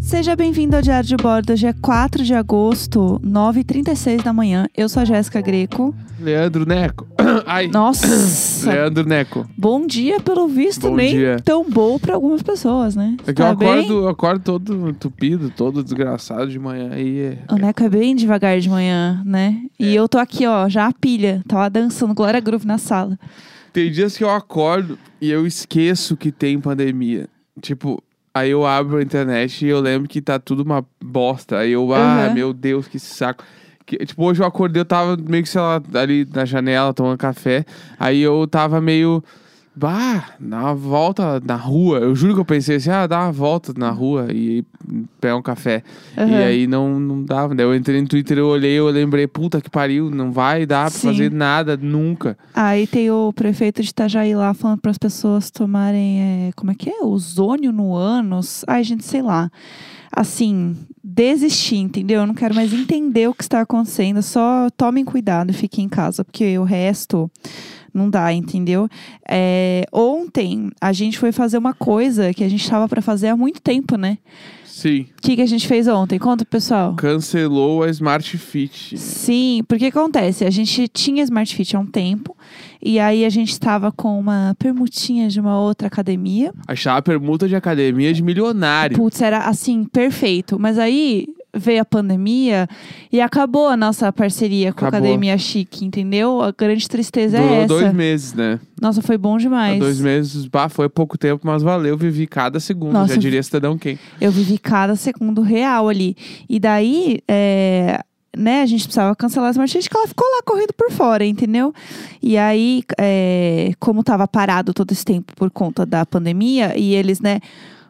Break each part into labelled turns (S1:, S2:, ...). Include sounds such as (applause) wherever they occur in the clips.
S1: Seja bem-vindo ao Diário de Bordo, hoje é 4 de agosto, 9h36 da manhã. Eu sou a Jéssica Greco.
S2: Leandro Neco. (coughs) Ai. (coughs)
S1: Nossa!
S2: Leandro Neco.
S1: Bom dia, pelo visto,
S2: É. Bom
S1: nem
S2: dia.
S1: tão bom pra algumas pessoas, né?
S2: É que
S1: Tá
S2: eu
S1: bem?
S2: acordo, eu acordo todo entupido, todo desgraçado de manhã. E
S1: O Neco é bem devagar de manhã, né? E
S2: É.
S1: eu tô aqui, ó, já a pilha. Tava dançando Glória Groove na sala.
S2: tem dias que eu acordo e eu esqueço que tem pandemia. Tipo, aí eu abro a internet e eu lembro que tá tudo uma bosta. Aí eu, ah,
S1: Aham.
S2: meu Deus, que saco. Que- tipo, hoje eu acordei, eu tava meio que, sei lá, ali na janela tomando café. Aí eu tava meio. Bah, dá uma volta na rua. Eu juro que eu pensei assim, ah, dá uma volta na rua e pegar um café.
S1: Aham.
S2: E aí não, não dava. Daí eu entrei no Twitter, eu olhei, eu lembrei, puta que pariu, não vai dar pra
S1: Sim.
S2: fazer nada nunca.
S1: Aí tem o prefeito de Itajaí lá falando para as pessoas tomarem, é, como é que é? Ozônio no ânus. Ai, gente, sei lá. Assim, desistir, entendeu? Eu não quero mais entender o que está acontecendo. Só tomem cuidado e fiquem em casa, porque o resto não dá, entendeu? É, ontem a gente foi fazer uma coisa que a gente estava para fazer há muito tempo, né?
S2: Sim.
S1: O que, que a gente fez ontem? Conta, pro pessoal.
S2: Cancelou a Smart Fit.
S1: Sim, porque acontece, a gente tinha Smart Fit há um tempo, e aí a gente estava com uma permutinha de uma outra academia.
S2: Achava a permuta de academia de milionário.
S1: Putz, era assim, perfeito. Mas aí veio a pandemia e acabou a nossa parceria com a
S2: Acabou.
S1: Academia Chique, entendeu? A grande tristeza é
S2: Durou
S1: essa.
S2: dois meses, né?
S1: Nossa, foi bom
S2: Há
S1: demais.
S2: Dois meses, bah, foi pouco tempo, mas valeu, vivi cada segundo.
S1: Nossa,
S2: Já diria cidadão quem?
S1: Eu vivi cada segundo real ali. E daí, é, né, a gente precisava cancelar essa marcha, que ela ficou lá correndo por fora, entendeu? E aí, é, como tava parado todo esse tempo por conta da pandemia, e eles, né,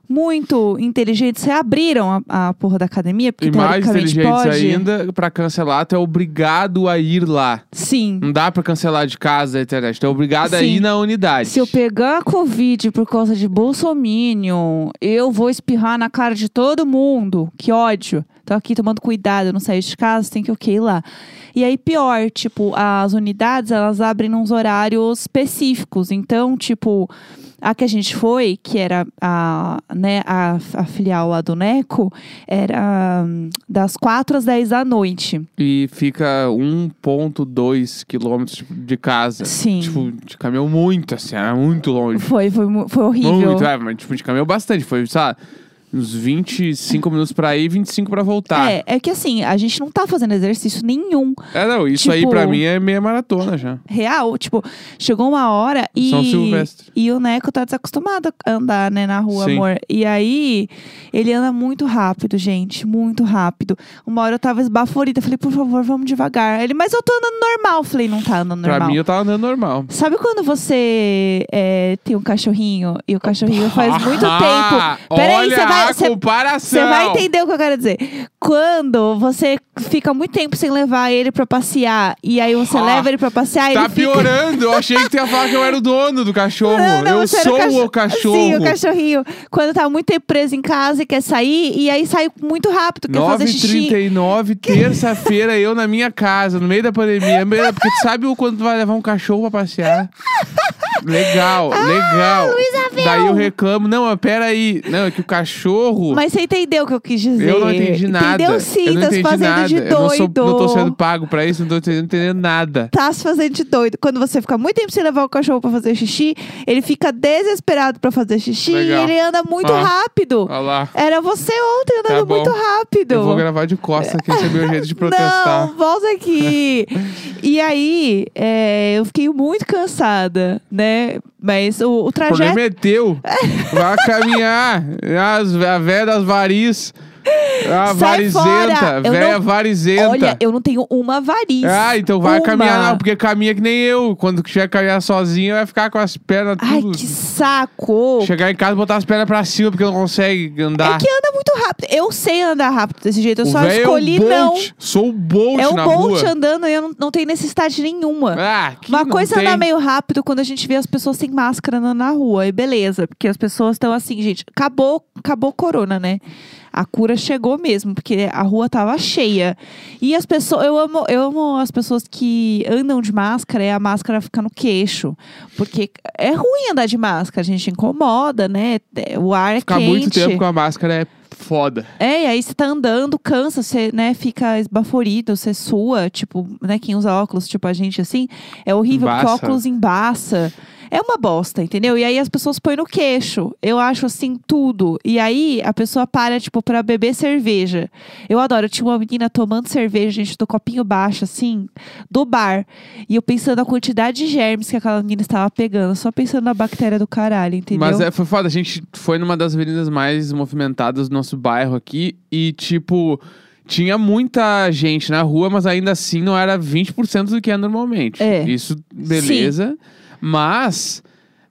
S1: muito inteligentes, reabriram a, a porra da academia, porque
S2: E mais
S1: teoricamente
S2: inteligentes
S1: pode.
S2: ainda, pra cancelar, tu é obrigado a ir lá.
S1: Sim.
S2: Não dá pra cancelar de casa da internet, tu é obrigado a
S1: Sim.
S2: ir na unidade.
S1: Se eu pegar Covid por causa de Bolsominion, eu vou espirrar na cara de todo mundo. Que ódio. Tô aqui tomando cuidado, eu não saio de casa, tem que o que ir lá. E aí, pior, tipo, as unidades, elas abrem uns horários específicos. Então, tipo, a que a gente foi, que era a, né, a, a filial lá do Neco, era hum, das 4 às 10 da noite.
S2: E fica 1,2 quilômetros tipo, de casa.
S1: Sim.
S2: Tipo, de caminhão muito, assim, era muito longe.
S1: Foi, foi, mu- foi horrível.
S2: Muito, é, mas tipo, de caminhão bastante. Foi, sabe, uns 25 minutos pra ir e 25 pra voltar.
S1: É, é que assim, a gente não tá fazendo exercício nenhum.
S2: É, não, isso aí
S1: Tipo-
S2: pra mim é meia maratona já.
S1: real. Tipo, chegou uma hora e.
S2: São É um Silvestre.
S1: E o Neco tá desacostumado a andar, né, na rua,
S2: Sim.
S1: amor. E aí, ele anda muito rápido, gente. Muito rápido. Uma hora eu tava esbaforida. Falei, por favor, vamos devagar. Ele, mas eu tô andando normal. Falei, não tá andando normal.
S2: Pra mim eu tava andando normal.
S1: Sabe quando você é, tem um cachorrinho e o
S2: Ah,
S1: cachorrinho faz
S2: (laughs)
S1: muito tempo. Peraí,
S2: Olha
S1: você vai.
S2: a
S1: você-
S2: comparação.
S1: você vai entender o que eu quero dizer. Quando você fica muito tempo sem levar ele pra passear, e aí você
S2: Ah,
S1: leva ele pra passear,
S2: Tá
S1: ele fica...
S2: piorando. Eu achei que tu ia falar que eu era o dono do cachorro.
S1: Não, não,
S2: eu
S1: você era
S2: sou
S1: o
S2: o cachorro.
S1: Sim, o cachorrinho. Quando tá muito tempo preso em casa e quer sair, e aí sai muito rápido, quer fazer xixi.
S2: 9h39, terça-feira, eu na minha casa, no meio da pandemia. Meu, Porque tu sabe o quanto tu vai levar um cachorro pra passear? Legal,
S1: Ah,
S2: legal. Daí eu reclamo. Não, mas peraí. Não, é que o cachorro.
S1: Mas você entendeu o que eu quis dizer.
S2: Eu não entendi nada.
S1: Entendeu sim,
S2: eu não
S1: tá se
S2: entendi
S1: fazendo
S2: nada.
S1: de
S2: Eu não, sou,
S1: doido.
S2: não tô sendo pago pra isso, não tô entendendo, entendendo nada.
S1: Tá se fazendo de doido. Quando você fica muito tempo sem levar o cachorro pra fazer xixi, ele fica desesperado pra fazer xixi
S2: Legal.
S1: e ele anda muito
S2: Ah.
S1: rápido.
S2: Olha lá.
S1: Era você ontem
S2: Tá
S1: andando
S2: bom.
S1: muito rápido.
S2: Eu vou gravar de costa, que esse é meu jeito de protestar.
S1: Não, volta
S2: (laughs)
S1: aqui. e aí, é, eu fiquei muito cansada, né? Mas o, o
S2: O
S1: trajeto.
S2: problema é teu. Vai caminhar. As, a véia das varizes. A
S1: Sai fora.
S2: varizenta.
S1: Eu
S2: Véia
S1: não-
S2: varizenta.
S1: Olha, eu não tenho uma variz.
S2: tá. Ah, então vai
S1: Uma.
S2: caminhar, não, porque caminha que nem eu. Quando tiver que caminhar sozinho, vai ficar com as pernas
S1: Ai,
S2: tudo.
S1: que saco!
S2: Chegar em casa e botar as pernas pra cima, porque não consegue andar.
S1: É que anda muito rápido. Eu sei andar rápido desse jeito, eu
S2: O
S1: só
S2: véio
S1: escolhi
S2: é um
S1: não.
S2: Bolt. Sou o Bolt
S1: É um
S2: na
S1: Bolt
S2: rua.
S1: andando e eu não, não tenho necessidade nenhuma.
S2: Ah, que
S1: Uma
S2: não
S1: coisa é
S2: tem.
S1: andar meio rápido quando a gente vê as pessoas sem máscara andando na rua, e beleza, porque as pessoas estão assim, gente, acabou, acabou o corona, né? A cura chegou mesmo, porque a rua tava cheia. E as pessoas, eu amo, eu amo as pessoas que andam de máscara e a máscara fica no queixo, porque é ruim andar de máscara, a gente incomoda, né? É, O ar é
S2: Ficar
S1: quente.
S2: muito tempo com a máscara é foda.
S1: É, e aí você tá andando, cansa, você, né, fica esbaforido, você sua, tipo, né, quem usa óculos, tipo a gente assim, é horrível
S2: Embaça.
S1: porque óculos embaça. É uma bosta, entendeu? E aí as pessoas põem no queixo. Eu acho assim tudo. E aí a pessoa para, tipo, pra beber cerveja. Eu adoro. Eu tinha uma menina tomando cerveja, gente, do copinho baixo, assim, do bar. E eu pensando a quantidade de germes que aquela menina estava pegando. Só pensando na bactéria do caralho, entendeu?
S2: Mas é, foi foda. A gente foi numa das avenidas mais movimentadas do nosso bairro aqui e, tipo, tinha muita gente na rua, mas ainda assim não era 20% do que é normalmente.
S1: É.
S2: Isso, beleza. Mas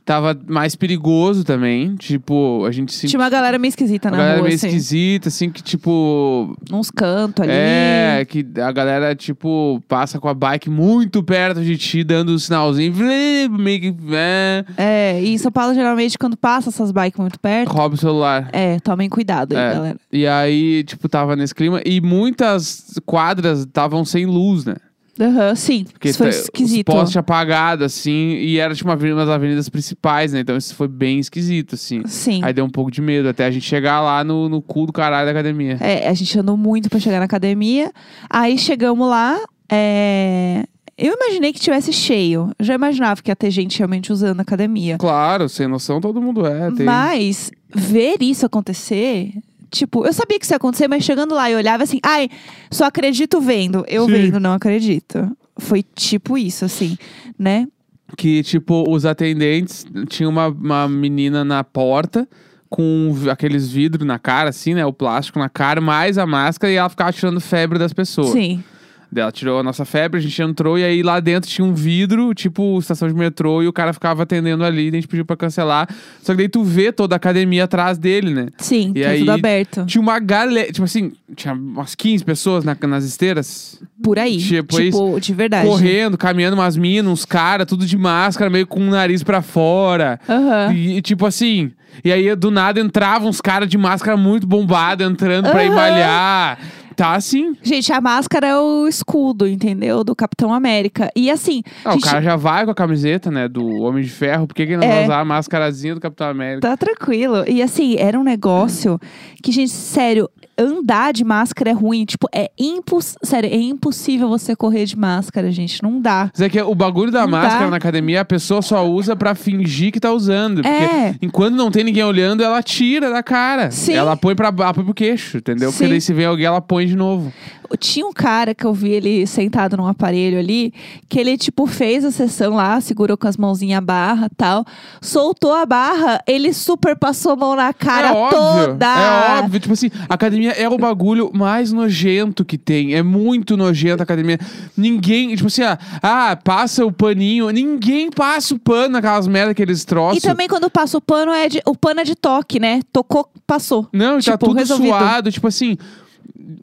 S2: tava mais perigoso também. Tipo, a gente se.
S1: Tinha uma galera meio esquisita
S2: a
S1: na
S2: galera
S1: rua,
S2: meio
S1: assim.
S2: esquisita, assim, que tipo.
S1: Uns cantos ali.
S2: É, que a galera, tipo, passa com a bike muito perto de ti, dando um sinalzinho. vlim, Meio que. É,
S1: É, e em São Paulo, geralmente, quando passa essas bikes muito perto,
S2: rouba o celular.
S1: é, tomem cuidado aí,
S2: É.
S1: galera.
S2: E aí, tipo, tava nesse clima. E muitas quadras estavam sem luz, né?
S1: Aham, sim. isso foi
S2: tá-
S1: esquisito.
S2: Os postes apagados, assim. E era, tipo, uma avenida- umas avenidas principais, né? Então isso foi bem esquisito, assim.
S1: Sim.
S2: Aí deu um pouco de medo até a gente chegar lá no, no cu do caralho da academia.
S1: É, a gente andou muito pra chegar na academia. Aí chegamos lá. é, Eu imaginei que tivesse cheio. Eu já imaginava que ia ter gente realmente usando a academia.
S2: Claro, sem noção todo mundo é. Tem...
S1: Mas ver isso acontecer. Tipo, eu sabia que isso ia acontecer, mas chegando lá eu olhava assim, ai, só acredito vendo. Eu
S2: Sim.
S1: vendo, não acredito. Foi tipo isso, assim, né?
S2: que, tipo, os atendentes tinha uma, uma menina na porta com vi- aqueles vidros na cara, assim, né? O plástico na cara, mais a máscara, e ela ficava tirando febre das pessoas.
S1: Sim.
S2: Daí Ela tirou a nossa febre, a gente entrou, e aí lá dentro tinha um vidro, tipo estação de metrô, e o cara ficava atendendo ali, e a gente pediu pra cancelar. Só que daí tu vê toda a academia atrás dele, né?
S1: Sim,
S2: E
S1: tá
S2: aí-
S1: tudo aberto.
S2: Tinha uma galera, tipo assim, tinha umas 15 pessoas na- nas esteiras.
S1: Por aí.
S2: Tipo,
S1: Tipo, de verdade.
S2: Correndo, caminhando umas minas, uns caras, tudo de máscara, meio com o nariz pra fora.
S1: Aham.
S2: E, e, tipo assim, e aí do nada entravam uns caras de máscara muito bombado entrando pra ir
S1: Aham.
S2: malhar. Tá assim.
S1: Gente, a máscara é o escudo, entendeu? Do Capitão América. E assim.
S2: Ah,
S1: gente,
S2: o cara já vai com a camiseta, né, do Homem de Ferro. Por que, que ele não
S1: É.
S2: vai usar a mascarazinha do Capitão América?
S1: Tá tranquilo. E assim, era um negócio que, gente, sério, andar de máscara é ruim. Tipo, é imposs... sério, é impossível você correr de máscara, gente. Não dá.
S2: Mas é que o bagulho da
S1: Não
S2: máscara
S1: dá.
S2: na academia, a pessoa só usa pra fingir que tá usando. Porque
S1: É.
S2: enquanto não tem ninguém olhando, ela tira da cara.
S1: Sim.
S2: Ela põe pra ba- ela põe pro queixo, entendeu? Porque
S1: Sim.
S2: daí se vem alguém, ela põe de novo.
S1: Tinha um cara que eu vi ele sentado num aparelho ali, que ele, tipo, fez a sessão lá, segurou com as mãozinhas a barra tal, soltou a barra, ele super passou a mão na cara
S2: é óbvio.
S1: toda.
S2: É óbvio. Tipo assim, a academia é o bagulho mais nojento que tem. É muito nojento a academia. Ninguém, tipo assim, ah, ah, passa o paninho. Ninguém passa o pano naquelas merda que eles troçam.
S1: E também quando passa o pano, é de- o pano é de toque, né? Tocou, passou.
S2: Não, e tá
S1: Tipo,
S2: tudo
S1: resolvido.
S2: suado, tipo assim.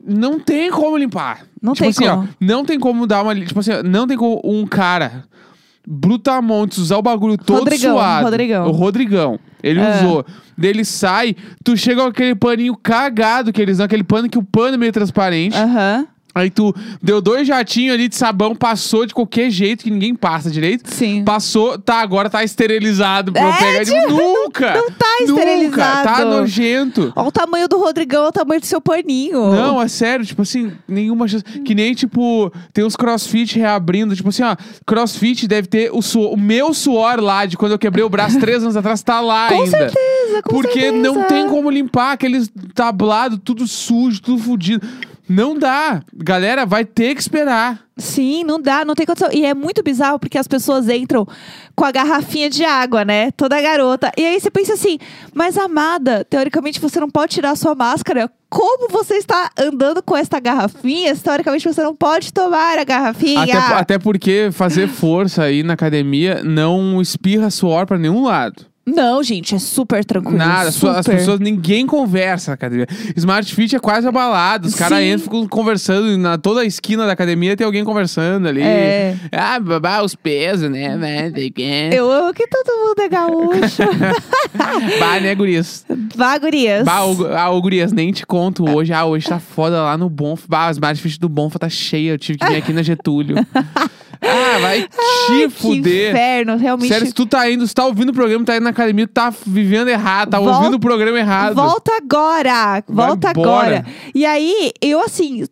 S2: Não tem como limpar.
S1: Não
S2: tipo
S1: tem
S2: assim,
S1: como.
S2: Ó, não tem como dar uma. li- Tipo assim, ó, não tem como um cara brutamontes usar o bagulho todo
S1: Rodrigão,
S2: suado.
S1: Rodrigão.
S2: O Rodrigão. Ele
S1: É.
S2: usou. Dele sai, tu chega com aquele paninho cagado que eles dão, aquele pano que o pano é meio transparente.
S1: Aham.
S2: Aí tu deu dois jatinhos ali de sabão, passou de qualquer jeito, que ninguém passa direito.
S1: Sim.
S2: Passou, tá, agora tá esterilizado pra eu
S1: É,
S2: pegar. Tipo, nunca!
S1: não tá
S2: Nunca, tá
S1: esterilizado.
S2: nojento.
S1: Olha o tamanho do Rodrigão, olha o tamanho do seu paninho.
S2: Não, é sério, tipo assim, nenhuma chance. Que nem, tipo, tem uns crossfit reabrindo. Tipo assim, ó, crossfit deve ter o, suor- o meu suor lá de quando eu quebrei o braço três anos atrás, tá lá
S1: Com
S2: ainda.
S1: certeza, com
S2: Porque
S1: certeza.
S2: não tem como limpar aqueles tablado, tudo sujo, tudo fudido. Não dá. Galera, vai ter que esperar.
S1: Sim, não dá, não tem condição. E é muito bizarro porque as pessoas entram com a garrafinha de água, né? Toda garota. E aí você pensa assim, mas amada, teoricamente você não pode tirar a sua máscara. Como você está andando com esta garrafinha? se Teoricamente você não pode tomar a garrafinha.
S2: Até, po- até porque fazer força aí na academia não espirra suor pra nenhum lado.
S1: Não, gente, é super tranquilo.
S2: Nada, as
S1: super.
S2: pessoas- as pessoas, ninguém conversa na academia. Smart Fit é quase a balada. Os caras
S1: Sim.
S2: entram, ficam conversando na toda a esquina da academia, tem alguém conversando ali.
S1: É.
S2: Ah, babá, os pesos, né? né, tem que-
S1: Eu amo que todo mundo é gaúcho.
S2: (laughs) Bah,
S1: (laughs)
S2: né, gurias?
S1: Vá, gurias.
S2: Bah, o, ah, ô, gurias, nem te conto hoje. Ah,
S1: (laughs)
S2: hoje tá foda lá no Bonfa. Bah, a Smart Fit do Bonfa tá cheia. Eu tive que vir aqui na Getúlio. Ah, vai te
S1: Que
S2: fuder.
S1: inferno, realmente.
S2: Sério, se tu tá indo, se tá ouvindo o programa, tá indo na academia, tu tá vivendo errado, tá
S1: Volta-
S2: ouvindo o programa errado.
S1: Volta agora!
S2: Vai
S1: Volta
S2: embora.
S1: agora! E aí, eu assim,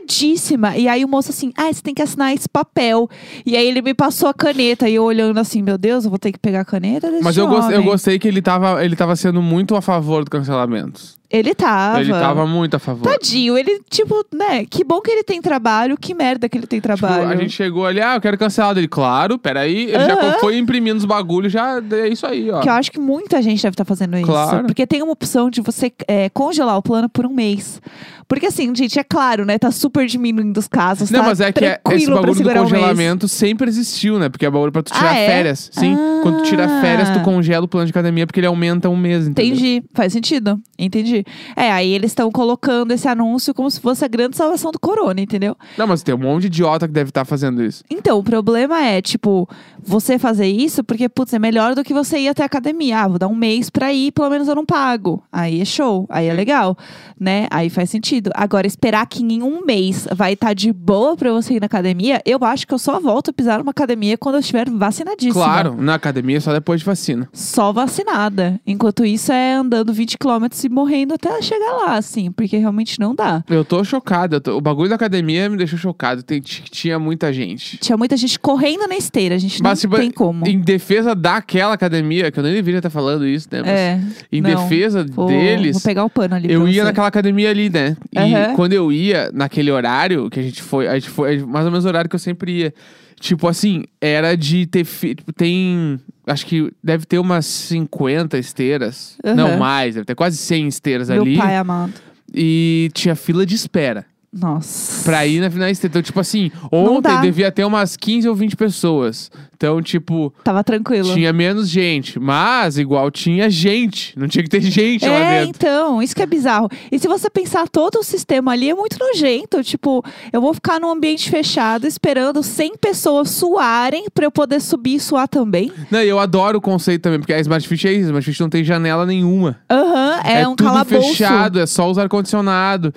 S1: cagadíssima. E aí o moço assim, ah, você tem que assinar esse papel. E aí ele me passou a caneta. E eu olhando assim, meu Deus, eu vou ter que pegar a caneta desse
S2: Mas eu, gos- eu
S1: homem.
S2: gostei que ele tava, ele tava sendo muito a favor do cancelamento.
S1: Ele tava.
S2: Ele tava muito a favor.
S1: Tadinho, ele, tipo, né? Que bom que ele tem trabalho, que merda que ele tem
S2: Tipo,
S1: trabalho.
S2: a gente chegou ali, ah, eu quero cancelar dele. Claro, peraí. Ele já
S1: Aham.
S2: foi imprimindo os bagulhos, já é isso aí, ó.
S1: Que eu acho que muita gente deve estar fazendo isso.
S2: Claro.
S1: Porque tem uma opção de você é, congelar o plano por um mês. Porque assim, gente, é claro, né? Tá super diminuindo os casos.
S2: Não,
S1: tá
S2: mas é que é-
S1: tranquilo
S2: esse
S1: pra
S2: bagulho do
S1: segurar um mês.
S2: congelamento sempre existiu, né? Porque é bagulho pra tu
S1: Ah,
S2: tirar
S1: é?
S2: férias. Sim. Quando tu tira
S1: Ah.
S2: férias, tu congela o plano de academia porque ele aumenta um mês, entendeu?
S1: Entendi, faz sentido, entendi. É, aí eles estão colocando esse anúncio como se fosse a grande salvação do corona, entendeu?
S2: Não, mas tem um monte de idiota que deve estar fazendo isso.
S1: Então, o problema é, tipo, você fazer isso porque, putz, é melhor do que você ir até a academia. Ah, vou dar um mês pra ir, pelo menos eu não pago. Aí é show, aí é legal, né? Aí faz sentido. Agora, esperar que em um mês vai estar de boa pra você ir na academia, eu acho que eu só volto a pisar numa academia quando eu estiver vacinadíssima.
S2: Claro, na academia é só depois de vacina.
S1: Só vacinada. Enquanto isso é andando 20 km e morrendo até chegar lá, assim, porque realmente não dá.
S2: Eu tô chocado. eu tô- O bagulho da academia me deixou chocado. Tem- t- Tinha muita gente.
S1: Tinha muita gente correndo na esteira, a gente
S2: Mas,
S1: não
S2: tipo,
S1: tem como.
S2: Em defesa daquela academia, que eu nem deveria estar falando isso, né? Mas
S1: É,
S2: em
S1: não.
S2: defesa
S1: Vou,
S2: deles,
S1: vou pegar o pano ali.
S2: eu
S1: pra
S2: ia
S1: você.
S2: naquela academia ali, né? E
S1: Aham.
S2: quando eu ia, naquele horário que a gente foi, a gente foi mais ou menos o horário que eu sempre ia. Tipo assim, era de ter. fe- tipo, tem. Acho que deve ter umas 50 esteiras.
S1: Aham.
S2: Não mais, deve ter quase 100 esteiras
S1: Meu
S2: ali.
S1: pai é- amado.
S2: E tinha fila de espera
S1: Nossa.
S2: pra ir na final esteira. Então, tipo assim,
S1: Não
S2: ontem
S1: dá.
S2: devia ter umas 15 ou 20 pessoas. Então, tipo,
S1: Tava tranquilo.
S2: tinha menos gente. Mas, igual, tinha gente. Não tinha que ter gente lá
S1: É,
S2: dentro.
S1: então, isso que é bizarro. E se você pensar, todo o sistema ali é muito nojento. Tipo, eu vou ficar num ambiente fechado esperando 100 pessoas suarem pra eu poder subir e suar também.
S2: Não, e eu adoro o conceito também, porque a Smart Fit é isso. A Smart Fit não tem janela nenhuma.
S1: Aham, é, um
S2: tudo
S1: calabouço.
S2: fechado, é só os ar-condicionado.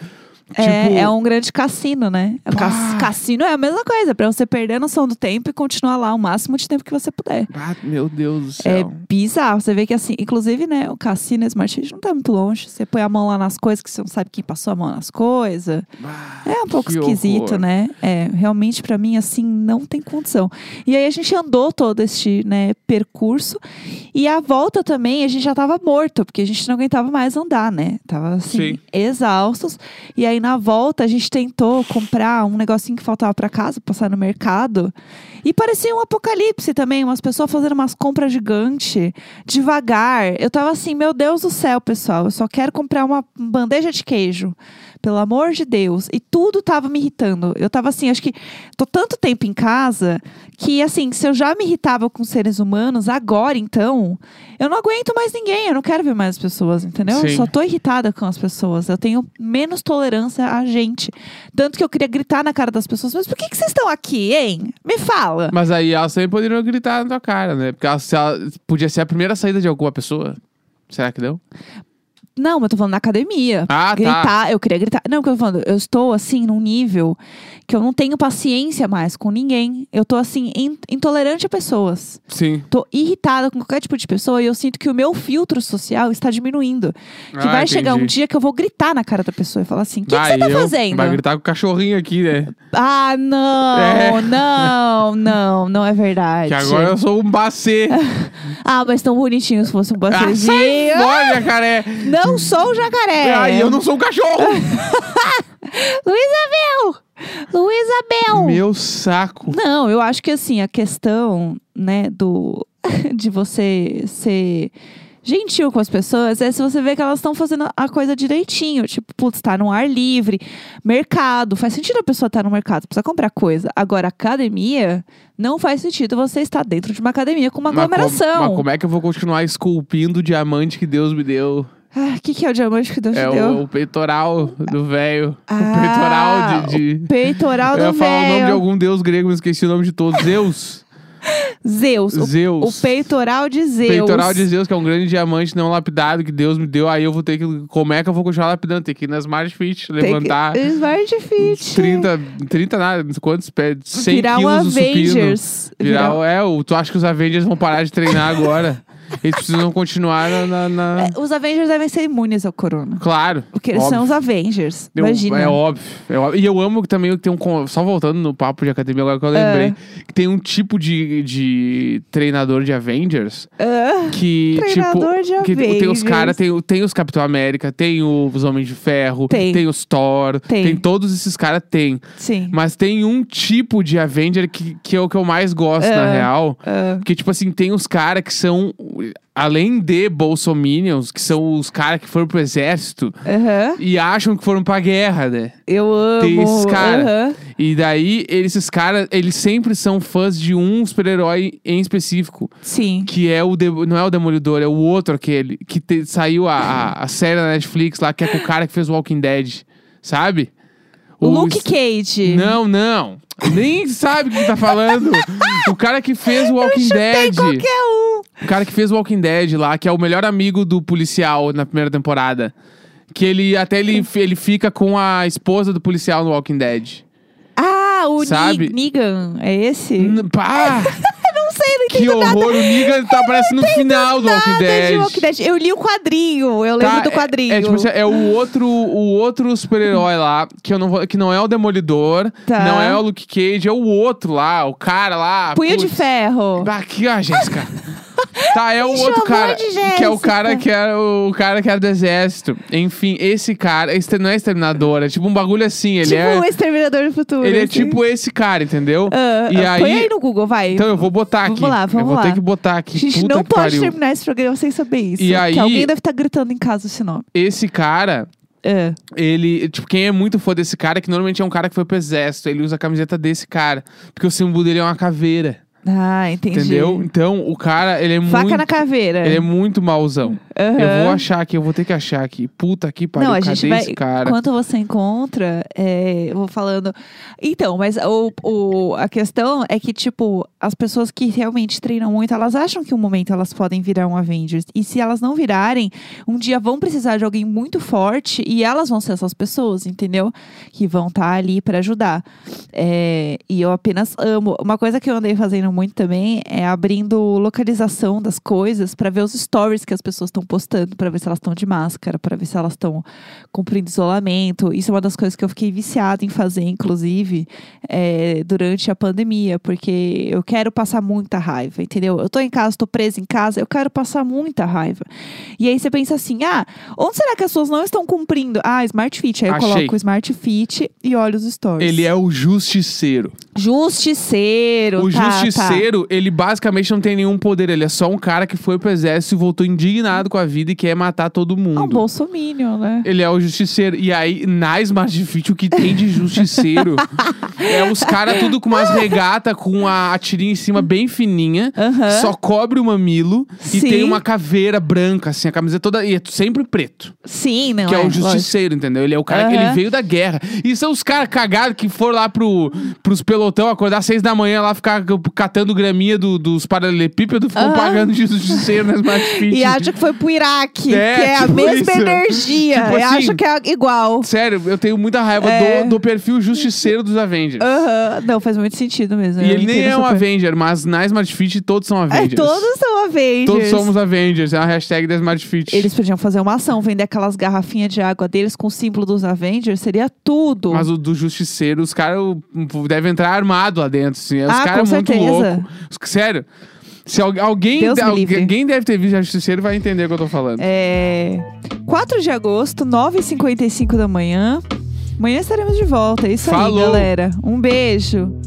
S1: É,
S2: tipo,
S1: é um grande cassino, né? É um
S2: Pá.
S1: cas- cassino é a mesma coisa, pra você perder a noção do tempo e continuar lá o máximo de tempo que você puder.
S2: Ah, meu Deus do
S1: É
S2: céu.
S1: bizarro, você vê que assim, inclusive, né, o cassino e o Smart Fit não tá muito longe. Você põe a mão lá nas coisas que você não sabe quem passou a mão nas coisas.
S2: Ah,
S1: É um pouco
S2: que
S1: esquisito,
S2: horror.
S1: né? É, realmente pra mim assim não tem condição. E aí a gente andou todo este, né, percurso e a volta também a gente já tava morto, porque a gente não aguentava mais andar, né? Tava assim
S2: Sim.
S1: exaustos. E aí na volta a gente tentou comprar um negocinho que faltava pra casa, passar no mercado. E parecia um apocalipse também, umas pessoas fazendo umas compras gigantes, devagar. Eu tava assim, meu Deus do céu, pessoal, eu só quero comprar uma bandeja de queijo. Pelo amor de Deus. E tudo tava me irritando. Eu tava assim, acho que tô tanto tempo em casa que, assim, se eu já me irritava com seres humanos, agora então, eu não aguento mais ninguém. Eu não quero ver mais as pessoas, entendeu? Eu
S2: Sim.
S1: só tô irritada com as pessoas. Eu tenho menos tolerância a gente. Tanto que eu queria gritar na cara das pessoas, mas por que, que vocês estão aqui, hein? Me fala.
S2: Mas aí elas também poderiam gritar na tua cara, né? Porque elas- se ela, podia ser a primeira saída de alguma pessoa. Será que deu?
S1: Não, mas eu tô falando na academia.
S2: Ah, tá.
S1: gritar, eu queria gritar. Não, o que eu tô falando, eu estou assim num nível que eu não tenho paciência mais com ninguém. Eu tô assim in- intolerante a pessoas.
S2: Sim.
S1: Tô irritada com qualquer tipo de pessoa e eu sinto que o meu filtro social está diminuindo. Que
S2: Ah,
S1: vai chegar um
S2: entendi.
S1: dia que eu vou gritar na cara da pessoa e falar assim: "O que, que
S2: Ah,
S1: você tá
S2: e eu-
S1: fazendo?"
S2: Vai gritar com o cachorrinho aqui, né?
S1: Ah, não,
S2: É.
S1: não, não, não é verdade.
S2: Que agora eu sou um
S1: (laughs)
S2: bacê.
S1: Ah, mas tão bonitinho se fosse um
S2: ah, sai
S1: bacezinho.
S2: fora, É, jacaré!
S1: não sou o jacaré.
S2: Ah, e eu não sou um cachorro!
S1: Luísa Bel! Luísa Bel!
S2: Meu saco.
S1: Não, eu acho que assim, a questão, né, do (laughs) de você ser gentil com as pessoas é se você vê que elas estão fazendo a coisa direitinho. Tipo, putz, tá no ar livre, mercado. Faz sentido a pessoa estar no mercado, precisa comprar coisa. Agora, academia, não faz sentido você estar dentro de uma academia com uma
S2: Mas como- Mas
S1: aglomeração.
S2: como é que eu vou continuar esculpindo o diamante que Deus me deu?
S1: Ah, o que, que é o diamante que Deus te
S2: É
S1: deu?
S2: o, o peitoral do velho.
S1: Ah,
S2: o peitoral de. de-
S1: Peitoral
S2: (laughs) Eu ia
S1: do
S2: falar o nome de
S1: véio.
S2: algum deus grego, mas esqueci o nome de todos. Zeus.
S1: Zeus. o-
S2: Zeus.
S1: O peitoral de Zeus.
S2: Peitoral de Zeus, que é um grande diamante não lapidado que Deus me deu. Aí eu vou ter que. Como é que eu vou continuar lapidando? Tem que ir nas Smart Fit,
S1: Tem que- é
S2: levantar
S1: Smart Fit.
S2: 30, 30 nada, não sei quantos pés? 100
S1: Virar um o
S2: quilos do supino.
S1: Avengers.
S2: Virar, o- é, o, tu acha que os Avengers vão parar de treinar agora? (laughs) Eles precisam continuar na. na- na-
S1: É, Os Avengers devem ser imunes ao corona.
S2: Claro.
S1: Porque eles
S2: óbvio.
S1: são os Avengers.
S2: Eu-
S1: Imagina.
S2: É óbvio, é óbvio. E eu amo que também tem um. con- Só voltando no papo de academia, agora que eu lembrei.
S1: É.
S2: Que tem um tipo de, de treinador de Avengers
S1: Ah, (laughs)
S2: que.
S1: Treinador
S2: tipo,
S1: de
S2: que Tem os
S1: Avengers.
S2: caras, tem, o- tem os Capitão América, tem os Homens de Ferro,
S1: Tem.
S2: os Thor,
S1: Tem.
S2: todos esses caras, tem.
S1: sim.
S2: Mas tem um tipo de Avenger que, que é o que eu mais gosto, na real.
S1: Ah,
S2: Que, tipo assim, tem os caras que são. Além de Bolsominions, que são os caras que foram pro exército
S1: Aham.
S2: e acham que foram pra guerra, né?
S1: Eu amo.
S2: Tem esses cara.
S1: Aham.
S2: E daí, eles- esses caras, eles sempre são fãs de um super-herói em específico.
S1: Sim.
S2: Que é o. De- Não é o Demolidor, é o outro aquele. Que te- saiu a, a, a série na Netflix lá, que é com o cara que fez Walking Dead. Sabe?
S1: O Luke
S2: es-
S1: Cage.
S2: Não, não. Nem sabe o que tá
S1: (laughs)
S2: falando. o cara que fez o Walking Dead.
S1: Qualquer um.
S2: O cara que fez Walking Dead lá, que é o melhor amigo do policial na primeira temporada. Que ele até ele, ele fica com a esposa do policial no Walking Dead.
S1: Ah, o
S2: Sabe?
S1: Ni- Negan. É esse?
S2: N- Pá!
S1: Não sei, não
S2: que
S1: entendo nada.
S2: horror! O Negan tá aparecendo no final do Walking
S1: Nada
S2: Dead.
S1: de Walking Dead. Eu li o quadrinho. Eu
S2: Tá,
S1: lembro do
S2: é-
S1: quadrinho.
S2: É, tipo assim, é o outro, o outro super-herói lá, que, eu não vou, que não é o Demolidor,
S1: Tá.
S2: não é o Luke Cage, é o outro lá, o cara lá.
S1: Punho
S2: putz.
S1: de ferro.
S2: Bah, Aqui, ó, Jéssica. Tá, é o
S1: Me
S2: outro
S1: chamou
S2: cara.
S1: de
S2: Que é o
S1: Jéssica.
S2: cara que era o cara que era do exército. Enfim, esse cara, esse não é exterminador, é tipo um bagulho assim. Ele
S1: tipo
S2: é.
S1: o Exterminador do Futuro.
S2: Ele é
S1: assim.
S2: tipo esse cara, entendeu?
S1: Ah,
S2: e
S1: ah, Põe
S2: aí.
S1: aí no Google, vai.
S2: Então eu vou botar aqui.
S1: Vamos lá,
S2: eu
S1: vamos
S2: vou ter
S1: lá.
S2: que botar
S1: a
S2: aqui.
S1: gente
S2: Puta
S1: não
S2: que
S1: pode
S2: pariu.
S1: terminar esse programa sem saber isso.
S2: E
S1: que
S2: aí-
S1: alguém deve estar gritando em casa esse nome.
S2: Esse cara,
S1: É.
S2: ele. Tipo, quem é muito fã desse cara, que normalmente é um cara que foi pro exército, ele usa a camiseta desse cara. Porque o símbolo dele é uma caveira.
S1: Ah, entendi.
S2: Entendeu? Então, o cara, ele é
S1: Faca
S2: muito.
S1: na caveira.
S2: Ele é muito mauzão.
S1: Aham.
S2: Eu vou achar aqui, eu vou ter que achar aqui. Puta que pariu,
S1: É. Não, a
S2: cadê
S1: gente vai.
S2: esse cara?
S1: Quando você encontra, é, eu vou falando. Então, mas o, o- a questão é que, tipo, as pessoas que realmente treinam muito, elas acham que um momento elas podem virar um Avengers. E se elas não virarem, um dia vão precisar de alguém muito forte e elas vão ser essas pessoas, entendeu? Que vão estar ali pra ajudar. É, e eu apenas amo. Uma coisa que eu andei fazendo muito também é abrindo localização das coisas pra ver os stories que as pessoas estão postando, pra ver se elas estão de máscara, pra ver se elas estão cumprindo isolamento. Isso é uma das coisas que eu fiquei viciada em fazer, inclusive, é, durante a pandemia, porque eu quero passar muita raiva, entendeu? Eu tô em casa, tô presa em casa, eu quero passar muita raiva. E aí você pensa assim: ah, onde será que as pessoas não estão cumprindo? Ah, Smart Fit. Aí eu
S2: Achei.
S1: coloco o Smart Fit e olho os stories.
S2: Ele é o justiceiro.
S1: Justiceiro.
S2: o
S1: tá, tá.
S2: justiceiro, ele basicamente não tem nenhum poder. Ele é só um cara que foi pro exército e voltou indignado com a vida e quer matar todo
S1: É um
S2: mundo.
S1: bolsominion, né?
S2: ele é o justiceiro. E aí, na Smart Fit, o que tem
S1: (laughs)
S2: de justiceiro é os caras tudo com umas regata, com a, a tirinha em cima bem fininha.
S1: Aham.
S2: Só cobre o mamilo e
S1: Sim.
S2: tem uma caveira branca, assim, a camisa toda. E é sempre preto.
S1: Sim, não
S2: que é, o
S1: lógico.
S2: justiceiro, entendeu? Ele é o cara que
S1: Aham.
S2: ele veio da guerra. E são os caras cagados que foram lá pro, pros pelotão acordar às seis da manhã lá, ficar catando graminha do- dos paralelepípedos, ficam
S1: Aham.
S2: pagando de justiceiro nas Smart Fit.
S1: (laughs) E acha que foi pro Iraque,
S2: É,
S1: que é a
S2: tipo
S1: mesma
S2: isso.
S1: energia.
S2: Tipo
S1: e
S2: assim.
S1: acha que é igual.
S2: Sério, eu tenho muita raiva
S1: É.
S2: do, do perfil justiceiro dos Avengers.
S1: Aham. Não, faz muito sentido mesmo.
S2: E
S1: eu
S2: ele nem
S1: entendo
S2: é um
S1: super.
S2: Avenger, mas na Smart Fit todos são
S1: É,
S2: Avengers.
S1: todos são Avengers.
S2: Todos somos Avengers, é uma hashtag da Smart Fit.
S1: Eles podiam fazer uma ação, vender aquelas garrafinhas de água deles com o símbolo dos Avengers, seria tudo.
S2: Mas o do justiceiro, os caras devem entrar armado lá dentro, assim. Os
S1: Ah,
S2: caras
S1: com
S2: muito
S1: certeza.
S2: louco. Os- Sério. Se al- alguém,
S1: Deus me
S2: al-
S1: livre.
S2: alguém deve ter visto a justiceiro vai entender o que eu tô falando.
S1: É... 4 de agosto, 9h55 da manhã. Amanhã estaremos de volta. É isso
S2: Falou.
S1: aí, galera. Um beijo.